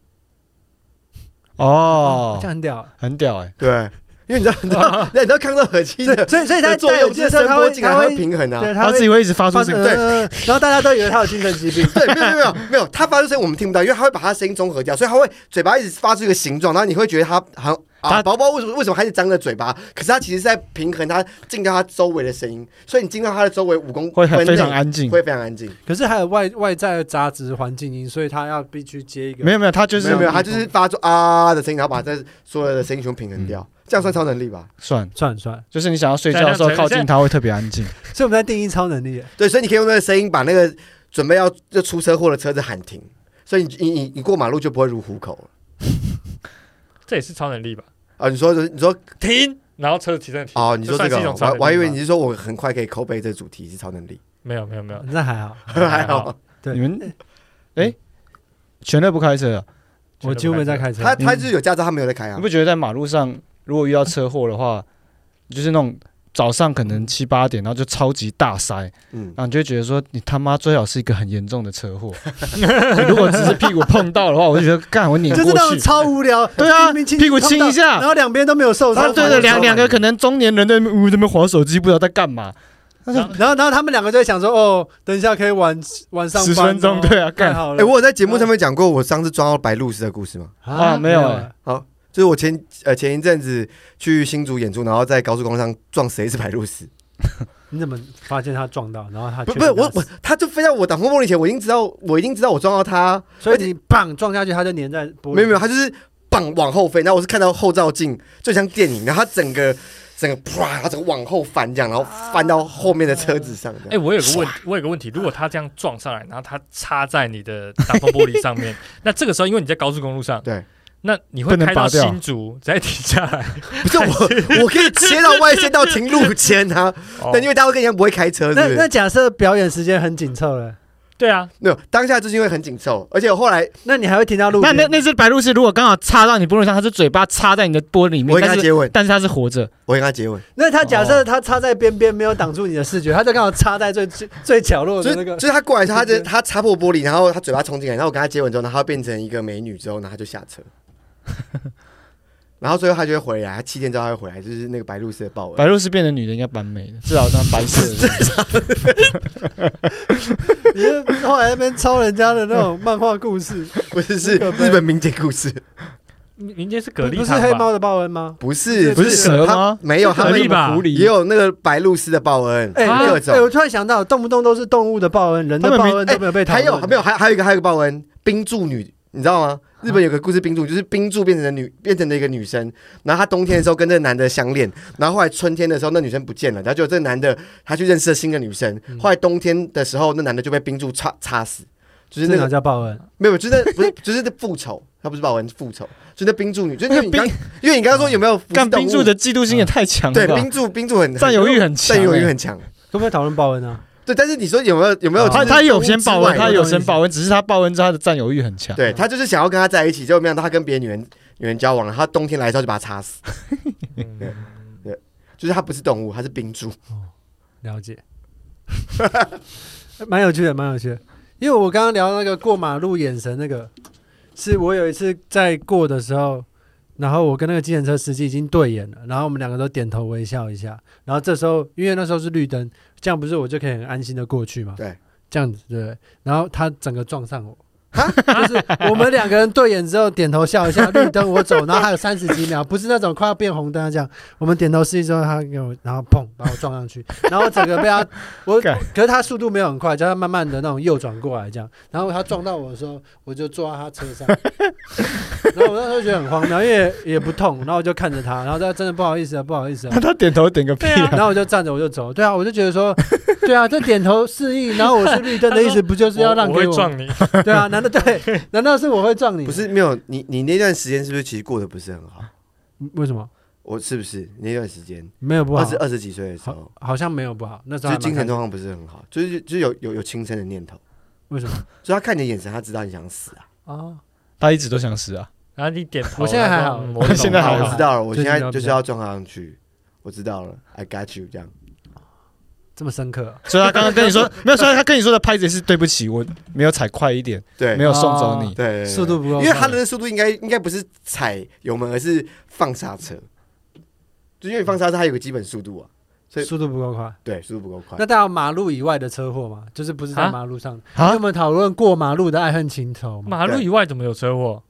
[SPEAKER 4] 哦
[SPEAKER 3] 这，样很屌。啊哦
[SPEAKER 4] 很屌哎、
[SPEAKER 1] 对，哦因为你知道，你知道，啊你知道抗噪耳机的
[SPEAKER 3] 所以所以他
[SPEAKER 1] 的作
[SPEAKER 3] 戴
[SPEAKER 1] 用就
[SPEAKER 3] 耳机
[SPEAKER 1] 是声
[SPEAKER 3] 的时候，他
[SPEAKER 1] 波
[SPEAKER 3] 会
[SPEAKER 1] 进来
[SPEAKER 3] 他
[SPEAKER 1] 它
[SPEAKER 3] 会
[SPEAKER 1] 会平衡啊。。
[SPEAKER 3] 对，
[SPEAKER 4] 他
[SPEAKER 3] 他
[SPEAKER 4] 自
[SPEAKER 3] 会
[SPEAKER 4] 己会一直发出
[SPEAKER 3] 发
[SPEAKER 4] 声
[SPEAKER 3] 出
[SPEAKER 4] 音，
[SPEAKER 3] 呃然后大家都以为他有精神疾病
[SPEAKER 1] 对，没有没有没有没有，他发出声音我们听不到，因为他会把他声音综合掉，所以他会嘴巴一直发出一个形状，然后你会觉得他好像啊，
[SPEAKER 4] 他
[SPEAKER 1] 宝宝为什么为什么还是张着嘴巴？可是他其实是在平衡他进到他周围的声音，所以你进到他的周围五
[SPEAKER 3] 呃
[SPEAKER 1] 公
[SPEAKER 4] 会很
[SPEAKER 1] 分
[SPEAKER 4] 非常
[SPEAKER 1] 内
[SPEAKER 4] 安静。
[SPEAKER 1] 会非常安静。
[SPEAKER 3] 可是还有外外在的杂质环境音，所以他要必须接一个
[SPEAKER 4] 没有没有，他就
[SPEAKER 1] 没
[SPEAKER 4] 是
[SPEAKER 1] 有没有，他就是发出啊的声音，然后把这所有的声音全部平衡掉，这样算超能力吧？
[SPEAKER 4] 算，
[SPEAKER 3] 算算，
[SPEAKER 4] 就是你想要睡觉的时候靠近他会特别安静。
[SPEAKER 3] 所以我们在定义超能力耶，
[SPEAKER 1] 对，所以你可以用那个声音把那个准备要就出车祸的车子喊停，所以你你你你过马路就不会如虎口了
[SPEAKER 5] 这也是超能力吧？
[SPEAKER 1] 啊！你说你说
[SPEAKER 5] 停，然后车子提升停。
[SPEAKER 1] 哦，你说这
[SPEAKER 5] 算是
[SPEAKER 1] 个哦，
[SPEAKER 5] 一种
[SPEAKER 1] 我
[SPEAKER 5] 超
[SPEAKER 1] 还
[SPEAKER 5] 能力
[SPEAKER 1] 我还以为
[SPEAKER 5] 吧
[SPEAKER 1] 你是说我很快可以扣背这主题是超能力，
[SPEAKER 5] 没有没有没有，
[SPEAKER 3] 那 还好，
[SPEAKER 1] 还好。
[SPEAKER 3] 对
[SPEAKER 4] 你们，哎，全乐不开车啊，
[SPEAKER 3] 我几乎没在开车。
[SPEAKER 1] 他他就是有驾照，他没有在开啊
[SPEAKER 4] 你。不觉得在马路上如果遇到车祸的话，就是那种早上可
[SPEAKER 3] 嗯
[SPEAKER 4] 能七八点，然后就超级大塞，
[SPEAKER 1] 嗯
[SPEAKER 4] 然，后你就会觉得说，你他妈最好是一个很严重的车祸。你如果只是屁股碰到的话，我就觉得干我碾
[SPEAKER 3] 就是那
[SPEAKER 4] 过
[SPEAKER 3] 种
[SPEAKER 4] 去。
[SPEAKER 3] 超无聊，
[SPEAKER 4] 对啊
[SPEAKER 3] 明明
[SPEAKER 4] 屁股亲一下
[SPEAKER 3] 碰到然后两边都没有受
[SPEAKER 4] 啊，
[SPEAKER 3] 伤。
[SPEAKER 4] 对
[SPEAKER 1] 的
[SPEAKER 4] 对，两两个可能中年人在那边呜在那边划手机，不知道在干嘛，
[SPEAKER 3] 然后然后他们两个就在想说，哦，等一下可以晚晚上哦
[SPEAKER 4] 十分钟，对啊，
[SPEAKER 3] 太
[SPEAKER 4] 干
[SPEAKER 3] 好了。
[SPEAKER 1] 哎，我有在节目上面讲过我上次撞到白鹭鸶的故事吗？
[SPEAKER 4] 啊没有哎
[SPEAKER 1] 就是我前呃前一阵子去新竹演出，然后在高速公路上撞死了一只白鹭鸶。
[SPEAKER 3] 你怎么发现他撞到？然后他
[SPEAKER 1] 不
[SPEAKER 3] 啊
[SPEAKER 1] 不是
[SPEAKER 3] 确定
[SPEAKER 1] 我
[SPEAKER 3] 他
[SPEAKER 1] 我，他就飞在我挡风玻璃前，我已经知道我已经知道我撞到他，
[SPEAKER 3] 所以你棒撞下去，他就粘在玻璃。
[SPEAKER 1] 没有没有，，他就是绑往后飞，然后我是看到后照镜，就像电影，然后他整个整个啪，然后整个往后翻这样，然后翻到后面的车子上这
[SPEAKER 5] 哎、
[SPEAKER 1] 样。
[SPEAKER 5] 我有个问，我有个问题，如果他这样撞上来，然后他插在你的挡风玻璃上面，那这个时候因为你在高速公路上，
[SPEAKER 1] 对，
[SPEAKER 5] 那你
[SPEAKER 4] 不
[SPEAKER 5] 会
[SPEAKER 4] 能
[SPEAKER 5] 开到
[SPEAKER 4] 拔掉
[SPEAKER 5] 新竹再停下来，
[SPEAKER 3] 哎
[SPEAKER 1] 不是我，我可以切到外线到停路肩 啊，
[SPEAKER 5] 哦
[SPEAKER 1] 但因为大家都跟人家不会开车，是不
[SPEAKER 3] 哦那
[SPEAKER 1] 是
[SPEAKER 3] 那假设表演时间很紧凑了，
[SPEAKER 5] 对啊，
[SPEAKER 1] 没有，当下就是因为很紧凑，而且我后来
[SPEAKER 3] 那你还会停到路
[SPEAKER 4] 那
[SPEAKER 3] 边？
[SPEAKER 4] 那那只白鹭鸶如果刚好插到你玻璃上，它是嘴巴插在你的玻璃里
[SPEAKER 1] 我会跟
[SPEAKER 4] 面，但
[SPEAKER 1] 他
[SPEAKER 4] 是
[SPEAKER 1] 接吻，
[SPEAKER 4] 但是它是活着，
[SPEAKER 1] 我会跟他接吻，
[SPEAKER 3] 那他假设他插在边边，没有挡住你的视觉，他就刚好插在最 最最角落
[SPEAKER 1] 所
[SPEAKER 3] 的
[SPEAKER 1] 以
[SPEAKER 3] 那个。
[SPEAKER 1] 所以他过来的时候，他就他擦破玻璃，然后他嘴巴冲进来，然后我跟他接吻之后，然后他变成一个美女之后，然后他就下 车。然后最后他就会回来，他七天之后他会回来，就是那个白鹭鸶的豹纹。
[SPEAKER 4] 白鹭鸶变成女的应该蛮美的，至少像白色的。
[SPEAKER 3] 你是后来那边抄人家的那种漫画故事，
[SPEAKER 1] 不是是
[SPEAKER 3] 那个呗
[SPEAKER 1] 日本民间故事，
[SPEAKER 5] 民民间是蛤
[SPEAKER 3] 不
[SPEAKER 5] 蜊
[SPEAKER 3] 是
[SPEAKER 5] 汤
[SPEAKER 3] 黑
[SPEAKER 5] 吧
[SPEAKER 3] 猫的报恩吗？
[SPEAKER 1] 不是
[SPEAKER 3] 不是
[SPEAKER 4] 蛇吗
[SPEAKER 1] 他没有，
[SPEAKER 5] 是
[SPEAKER 1] 他
[SPEAKER 5] 蛤
[SPEAKER 1] 们
[SPEAKER 5] 蜊吧
[SPEAKER 4] 狐狸
[SPEAKER 1] 也有那个白鹭鸶的报恩，
[SPEAKER 3] 哎、
[SPEAKER 5] 啊
[SPEAKER 1] 各
[SPEAKER 3] 哎我
[SPEAKER 1] 种。
[SPEAKER 3] 突然想到，动不动都是动物的报恩，人的
[SPEAKER 4] 他
[SPEAKER 3] 报
[SPEAKER 4] 们
[SPEAKER 3] 恩都没有被讨
[SPEAKER 1] 哎还
[SPEAKER 3] 论。
[SPEAKER 1] 有没有？还还有一个还有一个报恩，冰柱女，你知道吗？日本有个故事，冰柱就是冰柱变成了女，变成了一个女生，然后她冬天的时候跟这个男的相恋，然后后来春天的时候那女生不见了，然后就这个男的他去认识了新的女生，后来冬天的时候那男的就被冰柱插插死，就是那
[SPEAKER 3] 这哪
[SPEAKER 1] 个
[SPEAKER 3] 叫报恩？
[SPEAKER 1] 没有，就是那不是就是那复仇，他不是报恩复仇，就是那冰柱女，就是因为你刚
[SPEAKER 4] 冰
[SPEAKER 1] 因为你刚刚说有没有
[SPEAKER 4] 干
[SPEAKER 1] 动物
[SPEAKER 4] 冰柱的嫉妒心也太强
[SPEAKER 1] 嗯对
[SPEAKER 4] 了吧
[SPEAKER 1] 冰，柱冰柱很
[SPEAKER 4] 占有欲很强，欸
[SPEAKER 1] 占有欲很强，
[SPEAKER 3] 可不可以讨论报恩 啊？
[SPEAKER 1] 对，但是你说有没有有没有
[SPEAKER 4] 欸他
[SPEAKER 1] 就是
[SPEAKER 4] 他有先报
[SPEAKER 1] 动物
[SPEAKER 4] 恩，
[SPEAKER 1] 之外
[SPEAKER 4] 他
[SPEAKER 1] 的
[SPEAKER 4] 有先报恩，只是他报恩之后他的占有欲很强。
[SPEAKER 1] 对他就是想要跟他在一起，结果没想到他跟别的女人女人交往了，他冬天来的时候就把他插死，
[SPEAKER 5] 嗯
[SPEAKER 1] 就是他不是动物，他是冰柱。
[SPEAKER 3] 了解， 蛮有趣的，蛮有趣的。因为我刚刚聊那个过马路眼神那个，是我有一次在过的时候，然后我跟那个计程车司机已经对眼了，然后我们两个都点头微笑一下，然后这时候因为那时候是绿灯，这样不是我就可以很安心的过去嘛？
[SPEAKER 1] 对，
[SPEAKER 3] 这样子对不对。然后他整个撞上我。就是我们两个人对眼之后点头笑一下，绿灯我走，然后还有三十几秒，不是那种快要变红灯啊这样，我们点头示意之后，他给我，然后砰把我撞上去，然后整个被他，我
[SPEAKER 4] 干
[SPEAKER 3] 可是他速度没有很快，叫他慢慢的那种右转过来这样，然后他撞到我的时候，我就坐在他车上， 然后我那时候觉得很荒谬，因为也也不痛，然后我就看着他，然后他真的不好意思啊，不好意思啊
[SPEAKER 4] 那，他点头点个屁啊！
[SPEAKER 3] 然后我就站着我就走，对啊，我就觉 得说，对啊，这点头示意，然后我是绿灯的意思，不就是要让
[SPEAKER 5] 我
[SPEAKER 3] 给
[SPEAKER 5] 会
[SPEAKER 3] 我？
[SPEAKER 5] 撞你，
[SPEAKER 3] 对啊，难道 对？难道是我会撞
[SPEAKER 4] 嗯
[SPEAKER 3] 你？
[SPEAKER 1] 不，是没有你，你那段时间是不是其实过得不是很好？
[SPEAKER 3] 为什么
[SPEAKER 1] 我是不是那段时间
[SPEAKER 3] 没有不好
[SPEAKER 1] 二十？二十几岁的时候，
[SPEAKER 3] 好像没有不好，那时
[SPEAKER 1] 就
[SPEAKER 3] 候还
[SPEAKER 1] 呃是
[SPEAKER 3] 蛮
[SPEAKER 1] 精神
[SPEAKER 3] 开心
[SPEAKER 1] 状况不是很好，就是就是有有有轻生的念头，
[SPEAKER 3] 为什么
[SPEAKER 1] 所以他看你的眼神，他知道你想死啊。
[SPEAKER 3] 啊？
[SPEAKER 4] 他一直都想死啊，
[SPEAKER 5] 然后你点头，
[SPEAKER 3] 我现在还
[SPEAKER 5] 然
[SPEAKER 3] 好
[SPEAKER 5] 后说嗯我懂
[SPEAKER 4] 现在还好
[SPEAKER 1] 我知道了，我现在
[SPEAKER 3] 最近比较
[SPEAKER 1] 就是要撞上去，我知道了，I got you 这样。
[SPEAKER 3] 这么深刻啊、
[SPEAKER 4] 所以他刚刚跟 你说没有，所以他跟你说的拍子也是对不起，我没有踩快一点，
[SPEAKER 1] 对，
[SPEAKER 4] 没
[SPEAKER 1] 有
[SPEAKER 4] 有送走你。
[SPEAKER 1] 对，对
[SPEAKER 3] 速度不够
[SPEAKER 1] 因为
[SPEAKER 3] 快，
[SPEAKER 1] 他的速度应该应该不是踩油门，而是放刹车。就因为放刹车它有个基本速度啊，对
[SPEAKER 3] 速度不够快。
[SPEAKER 1] 对，速度不够快。
[SPEAKER 3] 那大家马路以外的车祸吗？就是不是在
[SPEAKER 5] 啊
[SPEAKER 3] 马路上？
[SPEAKER 4] 啊
[SPEAKER 3] 你有没有讨论过马路的爱恨情仇吗？
[SPEAKER 5] 马路以外怎么有车祸？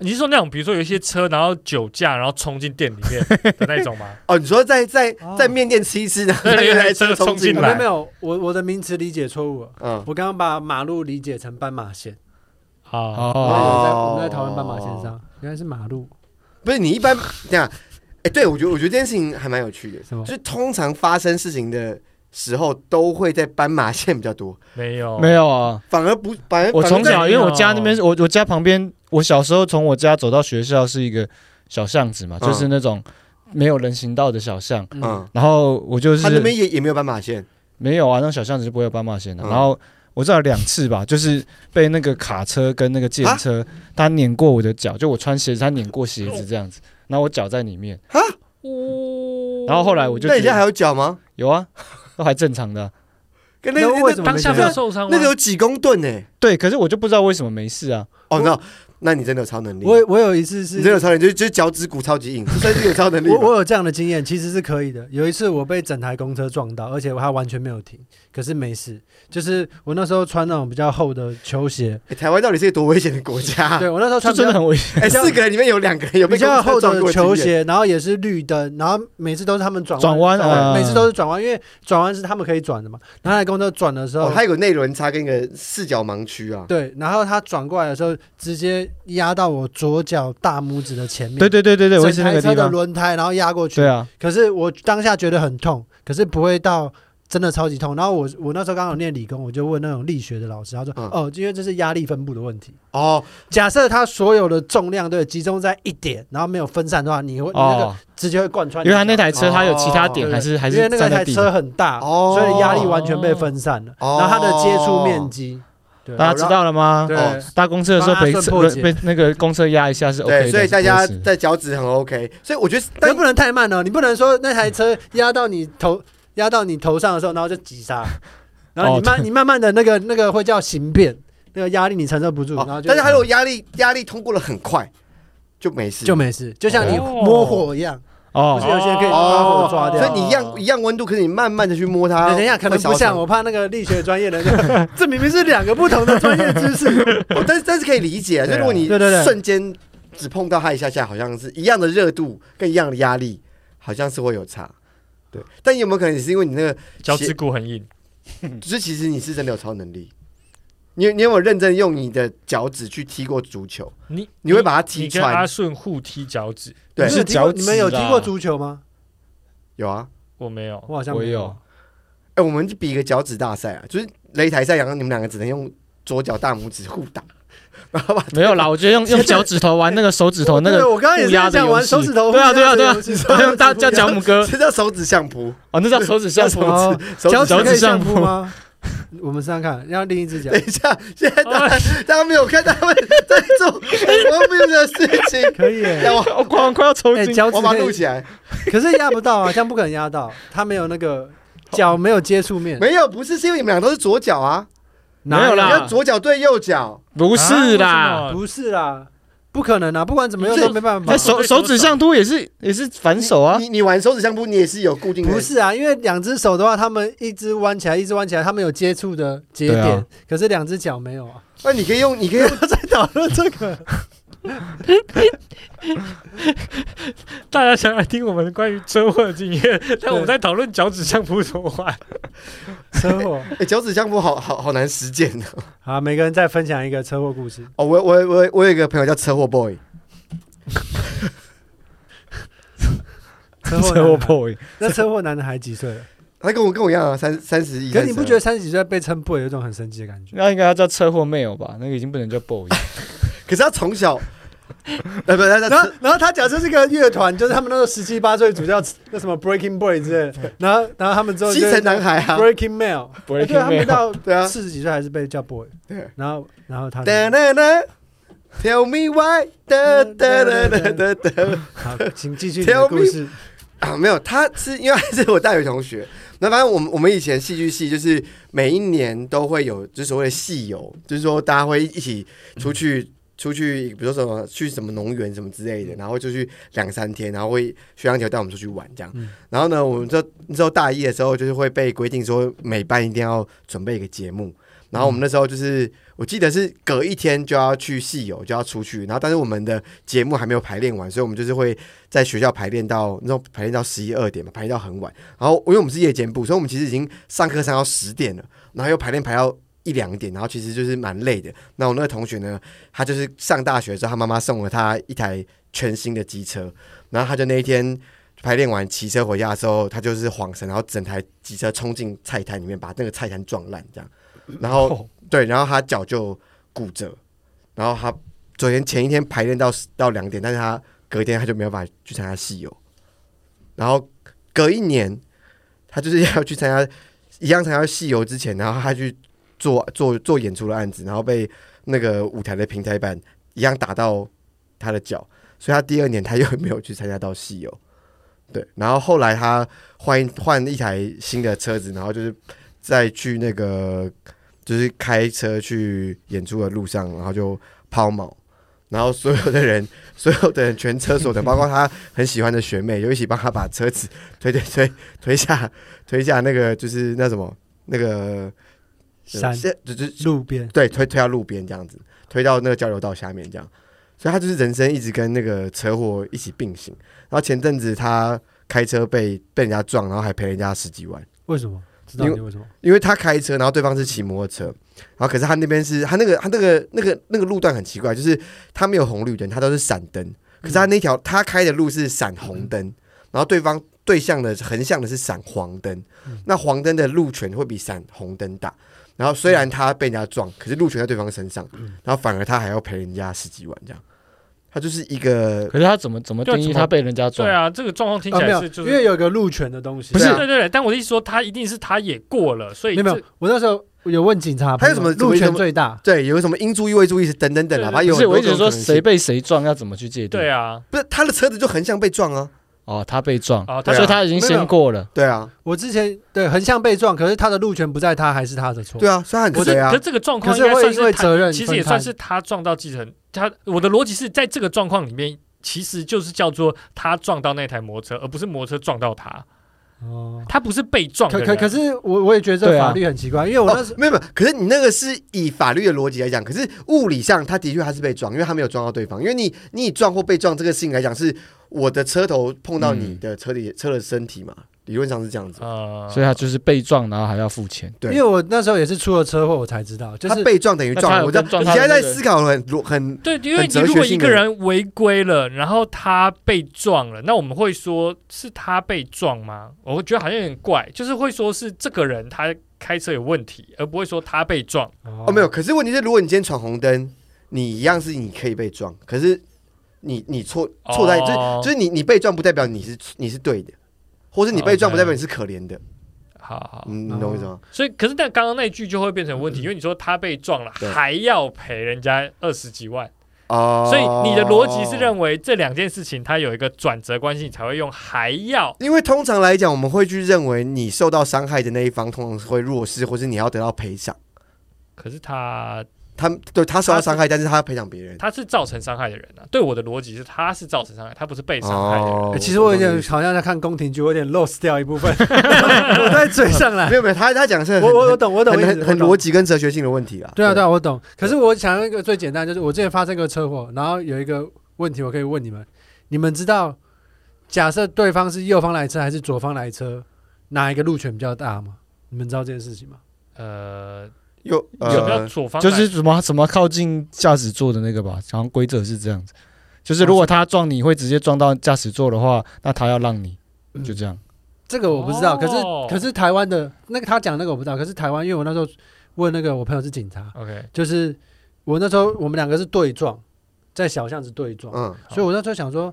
[SPEAKER 5] 你是说那种，比如说有一些车，然后酒驾，然后冲进店里面的那种吗？
[SPEAKER 1] 哦，你说在在
[SPEAKER 3] 哦
[SPEAKER 1] 在面店吃一吃，然后
[SPEAKER 5] 对
[SPEAKER 1] 那
[SPEAKER 5] 有
[SPEAKER 1] 个
[SPEAKER 5] 一
[SPEAKER 1] 台
[SPEAKER 5] 台车
[SPEAKER 1] 车冲
[SPEAKER 5] 冲
[SPEAKER 1] 进
[SPEAKER 5] 进
[SPEAKER 3] 没有
[SPEAKER 1] 来
[SPEAKER 5] 来，
[SPEAKER 3] 没有，我我的名词理解错误了。
[SPEAKER 1] 嗯，
[SPEAKER 3] 我刚刚把马路理解成斑马线，
[SPEAKER 5] 好，
[SPEAKER 3] 我
[SPEAKER 4] 哦，
[SPEAKER 3] 们在
[SPEAKER 1] 哦
[SPEAKER 3] 我们在讨论斑马线上，原来是马路
[SPEAKER 1] 不是你一般这样，哎，对我觉得我觉得这件事情还蛮有趣的，
[SPEAKER 3] 什么
[SPEAKER 1] 就？是通常发生事情的时候都会在斑马线比较多，
[SPEAKER 5] 没
[SPEAKER 3] 哦
[SPEAKER 5] 有，
[SPEAKER 4] 没有啊，
[SPEAKER 1] 反而不
[SPEAKER 3] 哎
[SPEAKER 1] 反而
[SPEAKER 4] 我从
[SPEAKER 1] 反而在
[SPEAKER 4] 小因为我
[SPEAKER 3] 啊
[SPEAKER 4] 家那边是，我我家旁边，我小时候从我家走到学校是一个小巷子嘛，
[SPEAKER 1] 嗯
[SPEAKER 4] 就是那种没有人行道的小巷。
[SPEAKER 1] 嗯，
[SPEAKER 4] 然后我就是
[SPEAKER 1] 他那边也也没有斑马线，
[SPEAKER 4] 没有啊，那小巷子就不会有斑马线的、
[SPEAKER 1] 嗯
[SPEAKER 4] 然后我至少两次吧，就是被那个卡车跟那个自
[SPEAKER 3] 啊
[SPEAKER 4] 行车，他碾过我的脚，就我穿鞋子，他碾过鞋子这样子，然后我脚在里面。
[SPEAKER 5] 哦
[SPEAKER 4] 然后后来我就
[SPEAKER 1] 那你现在还
[SPEAKER 4] 觉得
[SPEAKER 1] 有脚吗？
[SPEAKER 4] 有啊，都还正常的啊、
[SPEAKER 1] 跟那
[SPEAKER 3] 那
[SPEAKER 1] 那
[SPEAKER 3] 为什么
[SPEAKER 5] 当下没有受伤吗
[SPEAKER 1] 那个？有几公吨呢？
[SPEAKER 4] 对，可是我就不知道为什么没事啊。
[SPEAKER 1] 哦，那那你真的有超能力，
[SPEAKER 3] 我我有一次
[SPEAKER 1] 你真的
[SPEAKER 3] 是，
[SPEAKER 1] 有超能力，就是就是脚趾骨超级硬，这算是有超能力
[SPEAKER 3] 我
[SPEAKER 1] 吗。
[SPEAKER 3] 我有这样的经验，其实是可以的。有一次我被整台公车撞到，而且我还完全没有停，可是没事。就是我那时候穿那种比较厚的球鞋，
[SPEAKER 1] 欸台湾到底是一个多危险的国家啊？
[SPEAKER 3] 对我那时候穿
[SPEAKER 4] 就
[SPEAKER 3] 比
[SPEAKER 4] 真
[SPEAKER 3] 较
[SPEAKER 4] 的很危险，
[SPEAKER 1] 哎，四个人里面有两个人有被
[SPEAKER 3] 比较
[SPEAKER 1] 公车
[SPEAKER 3] 厚
[SPEAKER 1] 撞
[SPEAKER 3] 的
[SPEAKER 1] 过经验，
[SPEAKER 3] 球
[SPEAKER 1] 哦
[SPEAKER 3] 鞋，然后也是绿灯，然后每次都是他们转
[SPEAKER 4] 转弯啊
[SPEAKER 3] 每次都是转弯，因为转弯是他们可以转的嘛。然后那台公车转的时候
[SPEAKER 1] 哦，，它有个内轮差跟一个四角盲区啊。
[SPEAKER 3] 对，然后他转过来的时候，直接压到我左脚大拇指的前面，
[SPEAKER 4] 对对对对对，我也是
[SPEAKER 3] 整
[SPEAKER 4] 那
[SPEAKER 3] 台
[SPEAKER 4] 个
[SPEAKER 3] 车
[SPEAKER 4] 地
[SPEAKER 3] 的
[SPEAKER 4] 方。
[SPEAKER 3] 轮胎，然后压过去。
[SPEAKER 4] 对啊，
[SPEAKER 3] 可是我当下觉得很痛，可是不会到真的超级痛。然后我我那时候刚好念理工，我就问那种力学的老师，他说：“
[SPEAKER 1] 嗯
[SPEAKER 3] 哦，因为这是压力分布的问题。
[SPEAKER 1] 哦，
[SPEAKER 3] 假设它所有的重量都有集中在一点，然后没有分散的话，你会、你那个
[SPEAKER 4] 哦，
[SPEAKER 3] 直接会贯穿你
[SPEAKER 4] 因
[SPEAKER 3] 的脚。
[SPEAKER 4] 为他那台车它有其他点
[SPEAKER 3] 对
[SPEAKER 4] 还是还是
[SPEAKER 3] 因为那个
[SPEAKER 4] 站在
[SPEAKER 3] 台
[SPEAKER 4] 地
[SPEAKER 3] 车很大，
[SPEAKER 1] 哦
[SPEAKER 3] 所以压力完全被分散了，
[SPEAKER 1] 哦
[SPEAKER 3] 然后它的接触面积，对
[SPEAKER 4] 大家知道了吗？
[SPEAKER 3] 对。
[SPEAKER 1] 啊哦
[SPEAKER 4] 搭公车的时候被
[SPEAKER 3] 帮他顺破解
[SPEAKER 4] 被被那个公车压一下是 OK 的，
[SPEAKER 1] 对，所以大家
[SPEAKER 4] 是不是
[SPEAKER 1] 在脚趾很 OK，所以我觉得，
[SPEAKER 3] 但
[SPEAKER 1] 但
[SPEAKER 3] 不能太慢哦，你不能说那台车压到你头压到你头上的时候，然后就急刹，然
[SPEAKER 4] 哦
[SPEAKER 3] 后你慢、你慢慢的那个那个会叫形变，那个压力你承受不住，然后
[SPEAKER 1] 哦
[SPEAKER 3] 就
[SPEAKER 1] 但是它如果压力压力通过了很快，就没事，
[SPEAKER 3] 就没事，就像你
[SPEAKER 5] 哦
[SPEAKER 3] 摸火一样，不是
[SPEAKER 4] 哦，
[SPEAKER 3] 有些人可以把
[SPEAKER 1] 哦
[SPEAKER 3] 火抓掉。
[SPEAKER 1] 所以你一样一样温度，可是你慢慢的去摸它，
[SPEAKER 3] 等一下，可能
[SPEAKER 1] 会烧
[SPEAKER 3] 不像，
[SPEAKER 1] 伤
[SPEAKER 3] 我怕那个力学专业的就， 这明明是两个不同的专业知识。
[SPEAKER 1] 哦但是但是可以理解啊，就
[SPEAKER 5] 对啊
[SPEAKER 1] 如果你
[SPEAKER 3] 对对对
[SPEAKER 1] 瞬间只碰到它一下下，好像是一样的热度跟一样的压力，好像是会有差。对，但有没有可能也是因为你那个
[SPEAKER 5] 脚趾骨很硬，
[SPEAKER 1] 就是其实你是真的有超能力，你你有没有认真用你的脚趾去踢过足球？
[SPEAKER 5] 你
[SPEAKER 1] 你会把它踢
[SPEAKER 5] 你跟
[SPEAKER 1] 穿
[SPEAKER 5] 阿顺互踢脚趾，
[SPEAKER 1] 对
[SPEAKER 4] 不
[SPEAKER 3] 你
[SPEAKER 4] 是
[SPEAKER 3] 有踢过
[SPEAKER 4] 脚趾
[SPEAKER 3] 你们有踢
[SPEAKER 4] 啦
[SPEAKER 3] 过足球吗？
[SPEAKER 1] 有啊，
[SPEAKER 5] 我没有，
[SPEAKER 3] 我好像
[SPEAKER 4] 我
[SPEAKER 3] 没
[SPEAKER 4] 有。
[SPEAKER 1] 哎、我们比一个脚趾大赛啊，就是擂台赛，然后你们两个只能用左脚大拇指互打， 然后把
[SPEAKER 4] 没有啦，我觉得用用脚趾头玩那个手指头那
[SPEAKER 3] 对
[SPEAKER 4] 个，
[SPEAKER 3] 我刚刚也是
[SPEAKER 4] 互压的
[SPEAKER 3] 想玩
[SPEAKER 4] 游戏
[SPEAKER 3] 手指头，
[SPEAKER 4] 对啊对啊对啊
[SPEAKER 3] 啊
[SPEAKER 4] 用大叫 脚母哥
[SPEAKER 1] 这叫手指相扑，
[SPEAKER 4] 哦，那叫手指相扑，
[SPEAKER 3] 哦
[SPEAKER 1] 手
[SPEAKER 3] 脚
[SPEAKER 1] 指相
[SPEAKER 3] 趾
[SPEAKER 4] 脚
[SPEAKER 1] 扑。
[SPEAKER 3] 可以
[SPEAKER 4] 趾
[SPEAKER 3] 相
[SPEAKER 4] 相
[SPEAKER 3] 扑
[SPEAKER 4] 扑
[SPEAKER 3] 吗？我们试试看，让另一 只脚
[SPEAKER 1] 等一下，现在大家大家没有看他们在 做很荒谬的事情，
[SPEAKER 3] 可以耶。
[SPEAKER 1] 让我
[SPEAKER 4] 我哦快快要抽
[SPEAKER 3] 哎，
[SPEAKER 4] 筋，
[SPEAKER 3] 脚趾
[SPEAKER 1] 我把
[SPEAKER 3] 可
[SPEAKER 1] 它录
[SPEAKER 3] 以，
[SPEAKER 1] 起来。
[SPEAKER 3] 可是压不到啊，这样不可能压到，他没有那个脚没有接触面，
[SPEAKER 1] 没有，不是，是因为你们俩都是左脚啊，
[SPEAKER 3] 哪
[SPEAKER 4] 没有
[SPEAKER 1] 你
[SPEAKER 4] 啦
[SPEAKER 1] 要左脚对右脚。
[SPEAKER 4] 不是啦，
[SPEAKER 5] 啊
[SPEAKER 3] 不是啦，不可能啊，不管怎么样都没办法
[SPEAKER 4] 那。手手指相扑也是也是反手啊，
[SPEAKER 1] 你你玩手指相扑，你也是有固定的，
[SPEAKER 3] 不是啊，因为两只手的话，他们一只弯起来，一只弯起来，他们有接触的节
[SPEAKER 4] 对
[SPEAKER 3] 点
[SPEAKER 4] 啊，
[SPEAKER 3] 可是两只脚没有啊。
[SPEAKER 1] 那你可以用，你可以用，
[SPEAKER 3] 在讨论 这个，
[SPEAKER 5] 大家想来听我们关于车祸的经验，但我们在讨论脚趾相扑怎么玩。
[SPEAKER 3] 车祸
[SPEAKER 1] 哎脚趾相扑好好好难实践哦。
[SPEAKER 3] 好，每个人再分享一个车祸故事。
[SPEAKER 1] 哦，我我我我有一个朋友叫车祸 boy，
[SPEAKER 3] 车祸
[SPEAKER 4] 车祸
[SPEAKER 3] 男孩，
[SPEAKER 4] boy，
[SPEAKER 3] 那车祸男的还几岁了？
[SPEAKER 1] 他跟我跟我一样啊，三三十一。
[SPEAKER 3] 可是你不
[SPEAKER 1] 32
[SPEAKER 3] 觉得？三十几岁被称 boy 有一种很神奇的感觉？
[SPEAKER 4] 那应该要叫车祸 male 吧，那个已经不能叫 boy，
[SPEAKER 1] 可是他从小， 呃，不是 他
[SPEAKER 3] 然后
[SPEAKER 1] 他，
[SPEAKER 3] 然后他假设是个乐团，就是他们那时候十七八岁组叫那什么 Breaking Boy 之类的，然后然后他们之后
[SPEAKER 1] 西
[SPEAKER 3] 就是
[SPEAKER 1] 城男孩啊，
[SPEAKER 3] Breaking Male，
[SPEAKER 4] 不
[SPEAKER 3] 哎
[SPEAKER 4] 会
[SPEAKER 3] 对，他们
[SPEAKER 4] male，
[SPEAKER 3] 到
[SPEAKER 1] 对 啊。
[SPEAKER 3] 四十几岁还是被叫 boy，
[SPEAKER 1] 对啊
[SPEAKER 3] 然后然后他就
[SPEAKER 1] 哒哒哒，Tell me why，哒 哒哒哒哒哒。
[SPEAKER 3] 好，请继续你的故事。
[SPEAKER 1] 啊，没有，他是因为他是我大学同学。那反正我们我们以前戏剧系就是每一年都会有，就是所谓的戏游，就是说大家会一起出去出去，比如说什么去什么农园什么之类的，然后就去两三天，然后会学长姐带我们出去玩这样。
[SPEAKER 3] 嗯
[SPEAKER 1] 然后呢，我们就之后大一的时候，就是会被规定说每班一定要准备一个节目。然后我们那时候就是，我记得是隔一天就要去戏友就要出去，然后但是我们的节目还没有排练完，所以我们就是会在学校排练到那种排练到十一二点嘛，排练到很晚。然后因为我们是夜间部，所以我们其实已经上课上到十点了，然后又排练排到一两点，然后其实就是蛮累的。那我那个同学呢，他就是上大学之后，他妈妈送了他一台全新的机车，然后他就那一天排练完骑车回家的时候，他就是晃神，然后整台机车冲进菜摊里面，把那个菜摊撞烂这样。然后、对，然后他脚就骨折，然后他昨天前一天排练到到两点，但是他隔天他就没有办法去参加戏友，然后隔一年他就是要去参加一样参加戏友之前，然后他去做做做演出的案子，然后被那个舞台的平台板一样打到他的脚，所以他第二年他又没有去参加到戏友。对，然后后来他换换一台新的车子，然后就是再去那个就是开车去演出的路上，然后就抛锚，然后所有的人，所有的人全车所有的，包括他很喜欢的学妹，就一起帮他把车子推推推推下推下那个就是那什么那个呃
[SPEAKER 3] 山
[SPEAKER 1] 是就是
[SPEAKER 3] 路边，
[SPEAKER 1] 对，推推到路边这样子，推到那个交流道下面这样。所以他就是人生一直跟那个车祸一起并行。然后前阵子他开车被被人家撞，然后还赔人家十几万，
[SPEAKER 3] 为什么？知道
[SPEAKER 1] 因为
[SPEAKER 3] 你为什么？
[SPEAKER 1] 因为他开车，然后对方是骑摩托车，然后可是他那边是他那个他那个那个那个路段很奇怪，就是他没有红绿灯，他都是闪灯，可是他那条他开的路是闪红灯，然后对方对向的横向的是闪黄灯，那黄灯的路权会比闪红灯大。然后虽然他被人家撞，可是路权在对方身上，然后反而他还要赔人家十几万这样，他就是一个
[SPEAKER 4] 可是他怎么怎么定
[SPEAKER 5] 对
[SPEAKER 4] 义
[SPEAKER 5] 怎么
[SPEAKER 4] 他被人家撞？
[SPEAKER 5] 对，啊，这个状况听
[SPEAKER 3] 啊，
[SPEAKER 1] 哦
[SPEAKER 5] 起
[SPEAKER 3] 没
[SPEAKER 5] 来
[SPEAKER 3] 有
[SPEAKER 5] 是，就
[SPEAKER 3] 因
[SPEAKER 5] 是
[SPEAKER 3] 为有一个路权的东西，
[SPEAKER 1] 不是啊
[SPEAKER 5] 对对对，但我的意思说，他一定是他也过了，所以
[SPEAKER 3] 没有没有
[SPEAKER 5] 这，
[SPEAKER 3] 我那时候有问警察，
[SPEAKER 1] 还有什么
[SPEAKER 3] 路权最大？
[SPEAKER 1] 对有什么应注意未注意是等等等啊，
[SPEAKER 5] 对
[SPEAKER 1] 反正有
[SPEAKER 4] 不是
[SPEAKER 1] 很
[SPEAKER 4] 我
[SPEAKER 1] 多
[SPEAKER 4] 一直
[SPEAKER 1] 种可
[SPEAKER 4] 说
[SPEAKER 1] 能性
[SPEAKER 4] 谁被谁撞要怎么去界定？
[SPEAKER 5] 对啊
[SPEAKER 1] 不是他的车子就横向被撞啊，
[SPEAKER 4] 哦，他被撞，
[SPEAKER 5] 啊，他
[SPEAKER 1] 对啊
[SPEAKER 4] 所以他已经先过了。
[SPEAKER 1] 对啊
[SPEAKER 3] 我之前对横向被撞，可是他的路权不在他，还是他的错。
[SPEAKER 1] 对啊，所以他很
[SPEAKER 5] 可
[SPEAKER 1] 衰
[SPEAKER 5] 是
[SPEAKER 1] 啊
[SPEAKER 5] 可是，这个状
[SPEAKER 3] 可
[SPEAKER 5] 况
[SPEAKER 3] 是
[SPEAKER 5] 应该
[SPEAKER 3] 会
[SPEAKER 5] 算
[SPEAKER 3] 因为
[SPEAKER 5] 是
[SPEAKER 3] 责任分摊，
[SPEAKER 5] 他，其实也算是他撞到继承他。我的逻辑是在这个状况里面，其实就是叫做他撞到那台摩托车，而不是摩托车撞到他，
[SPEAKER 3] 哦。
[SPEAKER 5] 他不是被撞的
[SPEAKER 3] 可
[SPEAKER 5] 人。
[SPEAKER 3] 可可是我我也觉得这
[SPEAKER 4] 对啊
[SPEAKER 3] 法律很奇怪，因为我那时
[SPEAKER 1] 哦、没有没有，可是你那个是以法律的逻辑来讲，可是物理上他的确他是被撞，因为他没有撞到对方，因为你你以撞或被撞这个事情来讲，是我的车头碰到你的车里、车的身体嘛，理论上是这样子。
[SPEAKER 5] 呃，
[SPEAKER 4] 所以他就是被撞，然后还要付钱。
[SPEAKER 1] 对
[SPEAKER 3] 因为我那时候也是出了车祸，我才知道，就
[SPEAKER 1] 他
[SPEAKER 3] 是
[SPEAKER 1] 被撞等于
[SPEAKER 4] 那他
[SPEAKER 1] 撞，
[SPEAKER 4] 有
[SPEAKER 1] 我在
[SPEAKER 4] 跟撞
[SPEAKER 1] 你
[SPEAKER 4] 他
[SPEAKER 1] 现
[SPEAKER 4] 的
[SPEAKER 1] 在在
[SPEAKER 4] 那个
[SPEAKER 1] 思考很多很
[SPEAKER 5] 对，因为
[SPEAKER 1] 很
[SPEAKER 5] 你
[SPEAKER 1] 哲
[SPEAKER 5] 如
[SPEAKER 1] 学
[SPEAKER 5] 果一
[SPEAKER 1] 性
[SPEAKER 5] 个
[SPEAKER 1] 的
[SPEAKER 5] 人违规了，然后他被撞了，那我们会说是他被撞吗？我觉得好像有点怪，就是会说是这个人他开车有问题，而不会说他被撞。
[SPEAKER 3] 哦
[SPEAKER 1] 哦没有，可是问题是，如果你今天闯红灯，你一样是你可以被撞，可是你你错错在、
[SPEAKER 5] 哦
[SPEAKER 1] 就是就是你你被撞不代表你是你是对的，或是你被撞
[SPEAKER 5] OK
[SPEAKER 1] 不代表你是可怜的，
[SPEAKER 5] 好好，
[SPEAKER 1] 嗯，你懂我意思吗？
[SPEAKER 5] 所以可是但刚刚那一句就会变成问题，因为你说他被撞了，
[SPEAKER 1] 嗯对
[SPEAKER 5] 还要赔人家二十几万，
[SPEAKER 1] 哦，
[SPEAKER 5] 所以你的逻辑是认为这两件事情它有一个转折关系，你才会用还要。
[SPEAKER 1] 因为通常来讲，我们会去认为你受到伤害的那一方通常是会弱势，或是你要得到赔偿。
[SPEAKER 5] 可是他
[SPEAKER 1] 他对他受到伤害，但是他要赔偿别人。
[SPEAKER 5] 他是造成伤害的人啊，对我的逻辑是他是造成伤害，他不是被伤害的人。
[SPEAKER 1] 哦
[SPEAKER 3] 欸其实我有点好像在看宫廷剧，我有点 lost 掉一 部分， 我在追上来
[SPEAKER 1] 哎没。有没有，他他讲的是很
[SPEAKER 3] 我我我懂，我懂，
[SPEAKER 1] 很
[SPEAKER 3] 我意思
[SPEAKER 1] 很很
[SPEAKER 3] 我懂
[SPEAKER 1] 逻辑跟哲学性的问题啦。
[SPEAKER 3] 对啊，对啊，我懂。可是我想要一个最简单，就是我之前发生过车祸，然后有一个问题我可以问你们：你们知道假设对方是右方来车还是左方来车，哪一个路权比较大吗？你们知道这件事情吗？
[SPEAKER 5] 呃，
[SPEAKER 1] 又
[SPEAKER 5] 有没有
[SPEAKER 1] 呃，
[SPEAKER 5] 左方来
[SPEAKER 4] 就是什么什么靠近驾驶座的那个吧，好像规则是这样子，就是如果他撞你会直接撞到驾驶座的话，那他要让你，就这样。
[SPEAKER 3] 这个我不知道。可是
[SPEAKER 5] 哦
[SPEAKER 3] 可是台湾的那个他讲那个我不知道。可是台湾，因为我那时候问那个我朋友是警察，
[SPEAKER 5] OK，
[SPEAKER 3] 就是我那时候我们两个是对撞，在小巷子对撞，
[SPEAKER 1] 嗯，
[SPEAKER 3] 所以我那时候想说，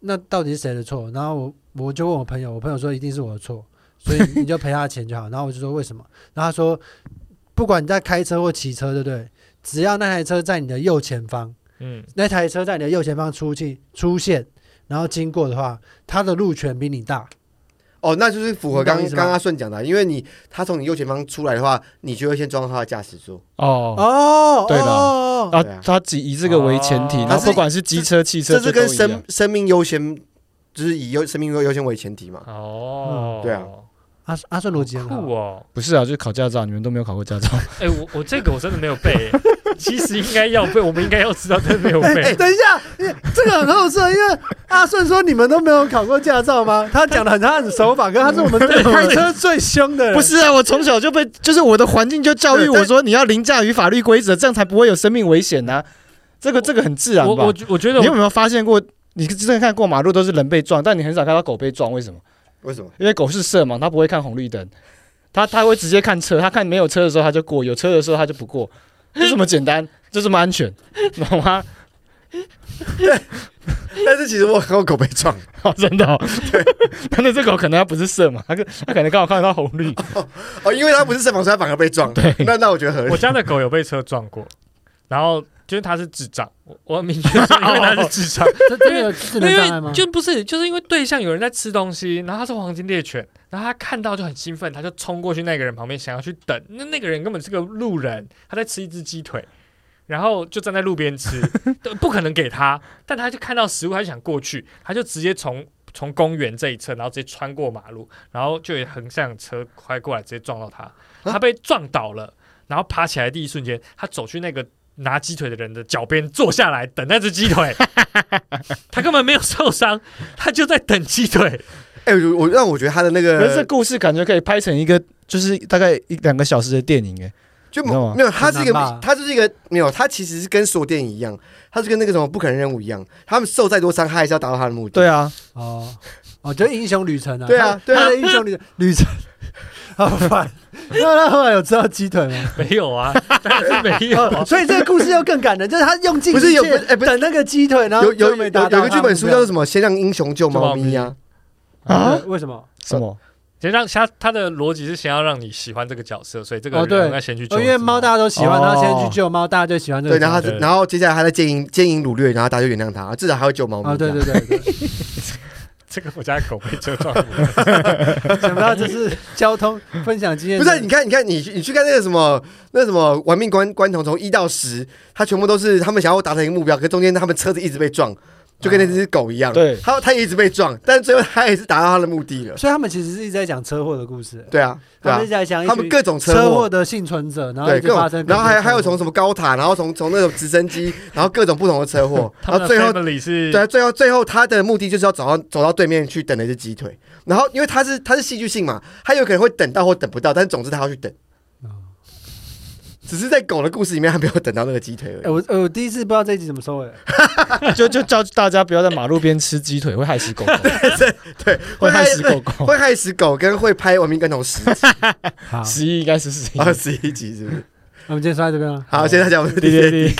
[SPEAKER 3] 那到底是谁的错？然后我我就问我朋友，我朋友说一定是我的错，所以你就赔他钱 就好。然后我就说为什么？然后他说，不管你在开车或骑车，对不对？只要那台车在你的右前方，
[SPEAKER 5] 嗯，
[SPEAKER 3] 那台车在你的右前方出去出现，然后经过的话，它的路权比你大。
[SPEAKER 1] 哦，那就是符合刚
[SPEAKER 3] 你懂意思吗
[SPEAKER 1] 刚刚顺讲的啊，因为你他从你右前方出来的话，你就会先撞到他的驾驶座。
[SPEAKER 4] 哦。
[SPEAKER 3] 哦，
[SPEAKER 4] 对的
[SPEAKER 3] 的
[SPEAKER 4] 啊
[SPEAKER 1] 对啊，
[SPEAKER 4] 他只以这个为前提，
[SPEAKER 5] 哦
[SPEAKER 4] 然后不管是机车、汽车，
[SPEAKER 1] 这是跟
[SPEAKER 4] 都一样
[SPEAKER 1] 生生命优先，就是以优生命优先为前提嘛。
[SPEAKER 5] 哦，
[SPEAKER 1] 嗯对啊
[SPEAKER 3] 阿阿顺逻辑很好
[SPEAKER 5] 酷哦。
[SPEAKER 4] 不是啊，就是考驾照，你们都没有考过驾 照，
[SPEAKER 5] 哎，我我这个我真的没有背，其实应该要背，我们应该要知道，但是没有
[SPEAKER 3] 哎，
[SPEAKER 5] 背。
[SPEAKER 3] 等一下，因为这个很好笑，因为阿顺说你们都没有考过驾照吗？他讲的很他很手法，可是他是我们这个开车最凶的人。
[SPEAKER 4] 不是啊，我从小就被，就是我的环境就教育
[SPEAKER 1] 对但
[SPEAKER 4] 我说你要凌驾于法律规则，这样才不会有生命危险呐、这个这个很自然
[SPEAKER 5] 我
[SPEAKER 4] 吧
[SPEAKER 5] 我？觉我觉得
[SPEAKER 4] 你
[SPEAKER 5] 我
[SPEAKER 4] 有没有发现过？你之前看过马路都是人被撞，但你很少看到狗被撞，为什么？
[SPEAKER 1] 为什么？
[SPEAKER 4] 因为狗是色盲，它不会看红绿灯，它它会直接看车，它看没有车的时候它就过，有车的时候它就不过，就这么简单，就这么安全，懂吗？
[SPEAKER 1] 但是其实我看过狗被撞，
[SPEAKER 4] 哦，真的、哦，对，那这狗可能它不是色盲，它可它可能刚好看得到红绿，
[SPEAKER 1] 哦，因为它不是身旁，所以它反而被撞。对，那那我觉得合理
[SPEAKER 5] 我。家的狗有被车撞过，然后就是它是智障，我我很明确说，因为它是智障，
[SPEAKER 3] 这这个智能
[SPEAKER 5] 因
[SPEAKER 3] 障碍吗
[SPEAKER 5] 为？就不是就是因为对象有人在吃东西，然后它是黄金猎犬，然后它看到就很兴奋，它就冲过去那个人旁边想要去等，那那个人根本是个路人，他在吃一只鸡腿。然后就站在路边吃， 对不可能给他，但他就看到食物，他就想过去，他就直接从从公园这一侧，然后直接穿过马路，然后就有横向车开过来，直接撞到他，他被撞倒了，然后爬起来的第一瞬间，他走去那个拿鸡腿的人的脚边坐下来等那只鸡腿，他根本没有受伤， 他就在等鸡腿，
[SPEAKER 1] 哎，我我让我觉得他的那
[SPEAKER 4] 可是这
[SPEAKER 1] 个
[SPEAKER 4] 故事感觉可以拍成一个就是大概一两个小时的电影哎。
[SPEAKER 1] 就
[SPEAKER 4] 你知道吗
[SPEAKER 1] 没有，他是一
[SPEAKER 3] 很难吧
[SPEAKER 1] 个，他就是一个没有，他其实是跟所有电影一样，他是跟那个什么不可能任务一样，他们受再多伤，他还是要达到他的目的。
[SPEAKER 4] 对啊，
[SPEAKER 3] 哦哦， 就是英雄旅程啊。
[SPEAKER 1] 对啊
[SPEAKER 3] 他
[SPEAKER 1] 对啊
[SPEAKER 3] 他的英雄旅旅程， 好烦。那他后来有吃到鸡 腿吗？
[SPEAKER 5] 没有啊，但是没有、
[SPEAKER 3] 哦
[SPEAKER 5] 啊。
[SPEAKER 3] 所以这个故事又更感人，就是他用尽
[SPEAKER 1] 不是
[SPEAKER 3] 一切
[SPEAKER 1] 有不哎不是
[SPEAKER 3] 等那个鸡腿，然后
[SPEAKER 1] 有有
[SPEAKER 3] 最后
[SPEAKER 1] 有
[SPEAKER 3] 没
[SPEAKER 1] 有
[SPEAKER 3] 达到
[SPEAKER 1] 个剧本书叫做
[SPEAKER 3] 他的目标
[SPEAKER 1] 什么“先让英雄救猫咪”
[SPEAKER 5] 救猫
[SPEAKER 1] 啊，
[SPEAKER 4] 啊
[SPEAKER 3] 对为什么？
[SPEAKER 4] 什么？
[SPEAKER 5] 先让他他的逻辑是先要让你喜欢这个角色，所以这个
[SPEAKER 3] 哦对
[SPEAKER 5] 人要先去救、
[SPEAKER 3] 哦因为猫大家都喜欢，
[SPEAKER 4] 哦
[SPEAKER 3] 他先去救猫，大家就喜欢
[SPEAKER 1] 哦
[SPEAKER 3] 这
[SPEAKER 1] 对，
[SPEAKER 3] 个
[SPEAKER 1] 然
[SPEAKER 3] 角
[SPEAKER 1] 后
[SPEAKER 3] 色。
[SPEAKER 1] 他
[SPEAKER 5] 对
[SPEAKER 1] 然后接下来他在奸淫奸淫掳掠，然后大家就原谅他，至少还会救猫咪。
[SPEAKER 3] 啊，对对对， 对
[SPEAKER 5] 这个我家的狗被车撞过，
[SPEAKER 3] 想不到这是交通分享经验
[SPEAKER 1] 不
[SPEAKER 3] 的。
[SPEAKER 1] 是，你看，你看，你去你去看那个什么，那什么《玩命关关头》，从一到十，它全部都是他们想要达成一个目标，可是中间他们车子一直被撞，就跟那只狗一样。
[SPEAKER 4] 对
[SPEAKER 1] 它它也一直被撞，但最后它也是达到它的目的了。
[SPEAKER 3] 所以他们其实是一直在讲车祸的故事，
[SPEAKER 1] 对啊，对
[SPEAKER 3] 他
[SPEAKER 1] 啊
[SPEAKER 3] 们一直，在讲一
[SPEAKER 1] 他
[SPEAKER 3] 群
[SPEAKER 1] 们各种
[SPEAKER 3] 车祸
[SPEAKER 1] 祸，
[SPEAKER 3] 的幸存者，然后
[SPEAKER 1] 对
[SPEAKER 3] 一直
[SPEAKER 1] 各
[SPEAKER 3] 发
[SPEAKER 1] 种，
[SPEAKER 3] 生各种车祸，
[SPEAKER 1] 然后还还有从什么高塔，然后从从那种直升机，然后各种不同的车 祸，
[SPEAKER 5] 他
[SPEAKER 1] 然后
[SPEAKER 5] 们的
[SPEAKER 1] 最后
[SPEAKER 5] family 是
[SPEAKER 1] 对啊，最后最后他的目的就是要走到走到对面去等那只鸡腿，然后因为他是他是戏剧性嘛，他有可能会等到或等不到，但是总之他要去等。
[SPEAKER 3] 哦
[SPEAKER 1] 只是在狗的故事里面，他没有等到那个鸡腿而
[SPEAKER 3] 哎，
[SPEAKER 1] 已。
[SPEAKER 3] 我呃我第一次不知道这一集怎么收尾，
[SPEAKER 4] 就就叫大家不要在马路边吃鸡腿，会害死狗狗，啊
[SPEAKER 1] 对，
[SPEAKER 4] 会
[SPEAKER 1] 会
[SPEAKER 4] 害死狗
[SPEAKER 1] 对
[SPEAKER 4] 狗。
[SPEAKER 1] 会害死狗，跟会拍《亡命跟头》十
[SPEAKER 3] 好，
[SPEAKER 4] 十一应该是十一。
[SPEAKER 1] 哦二十一集，是不是？
[SPEAKER 3] 那我们今天说到这边了。
[SPEAKER 1] 好，谢谢大家，我是
[SPEAKER 4] 滴滴滴。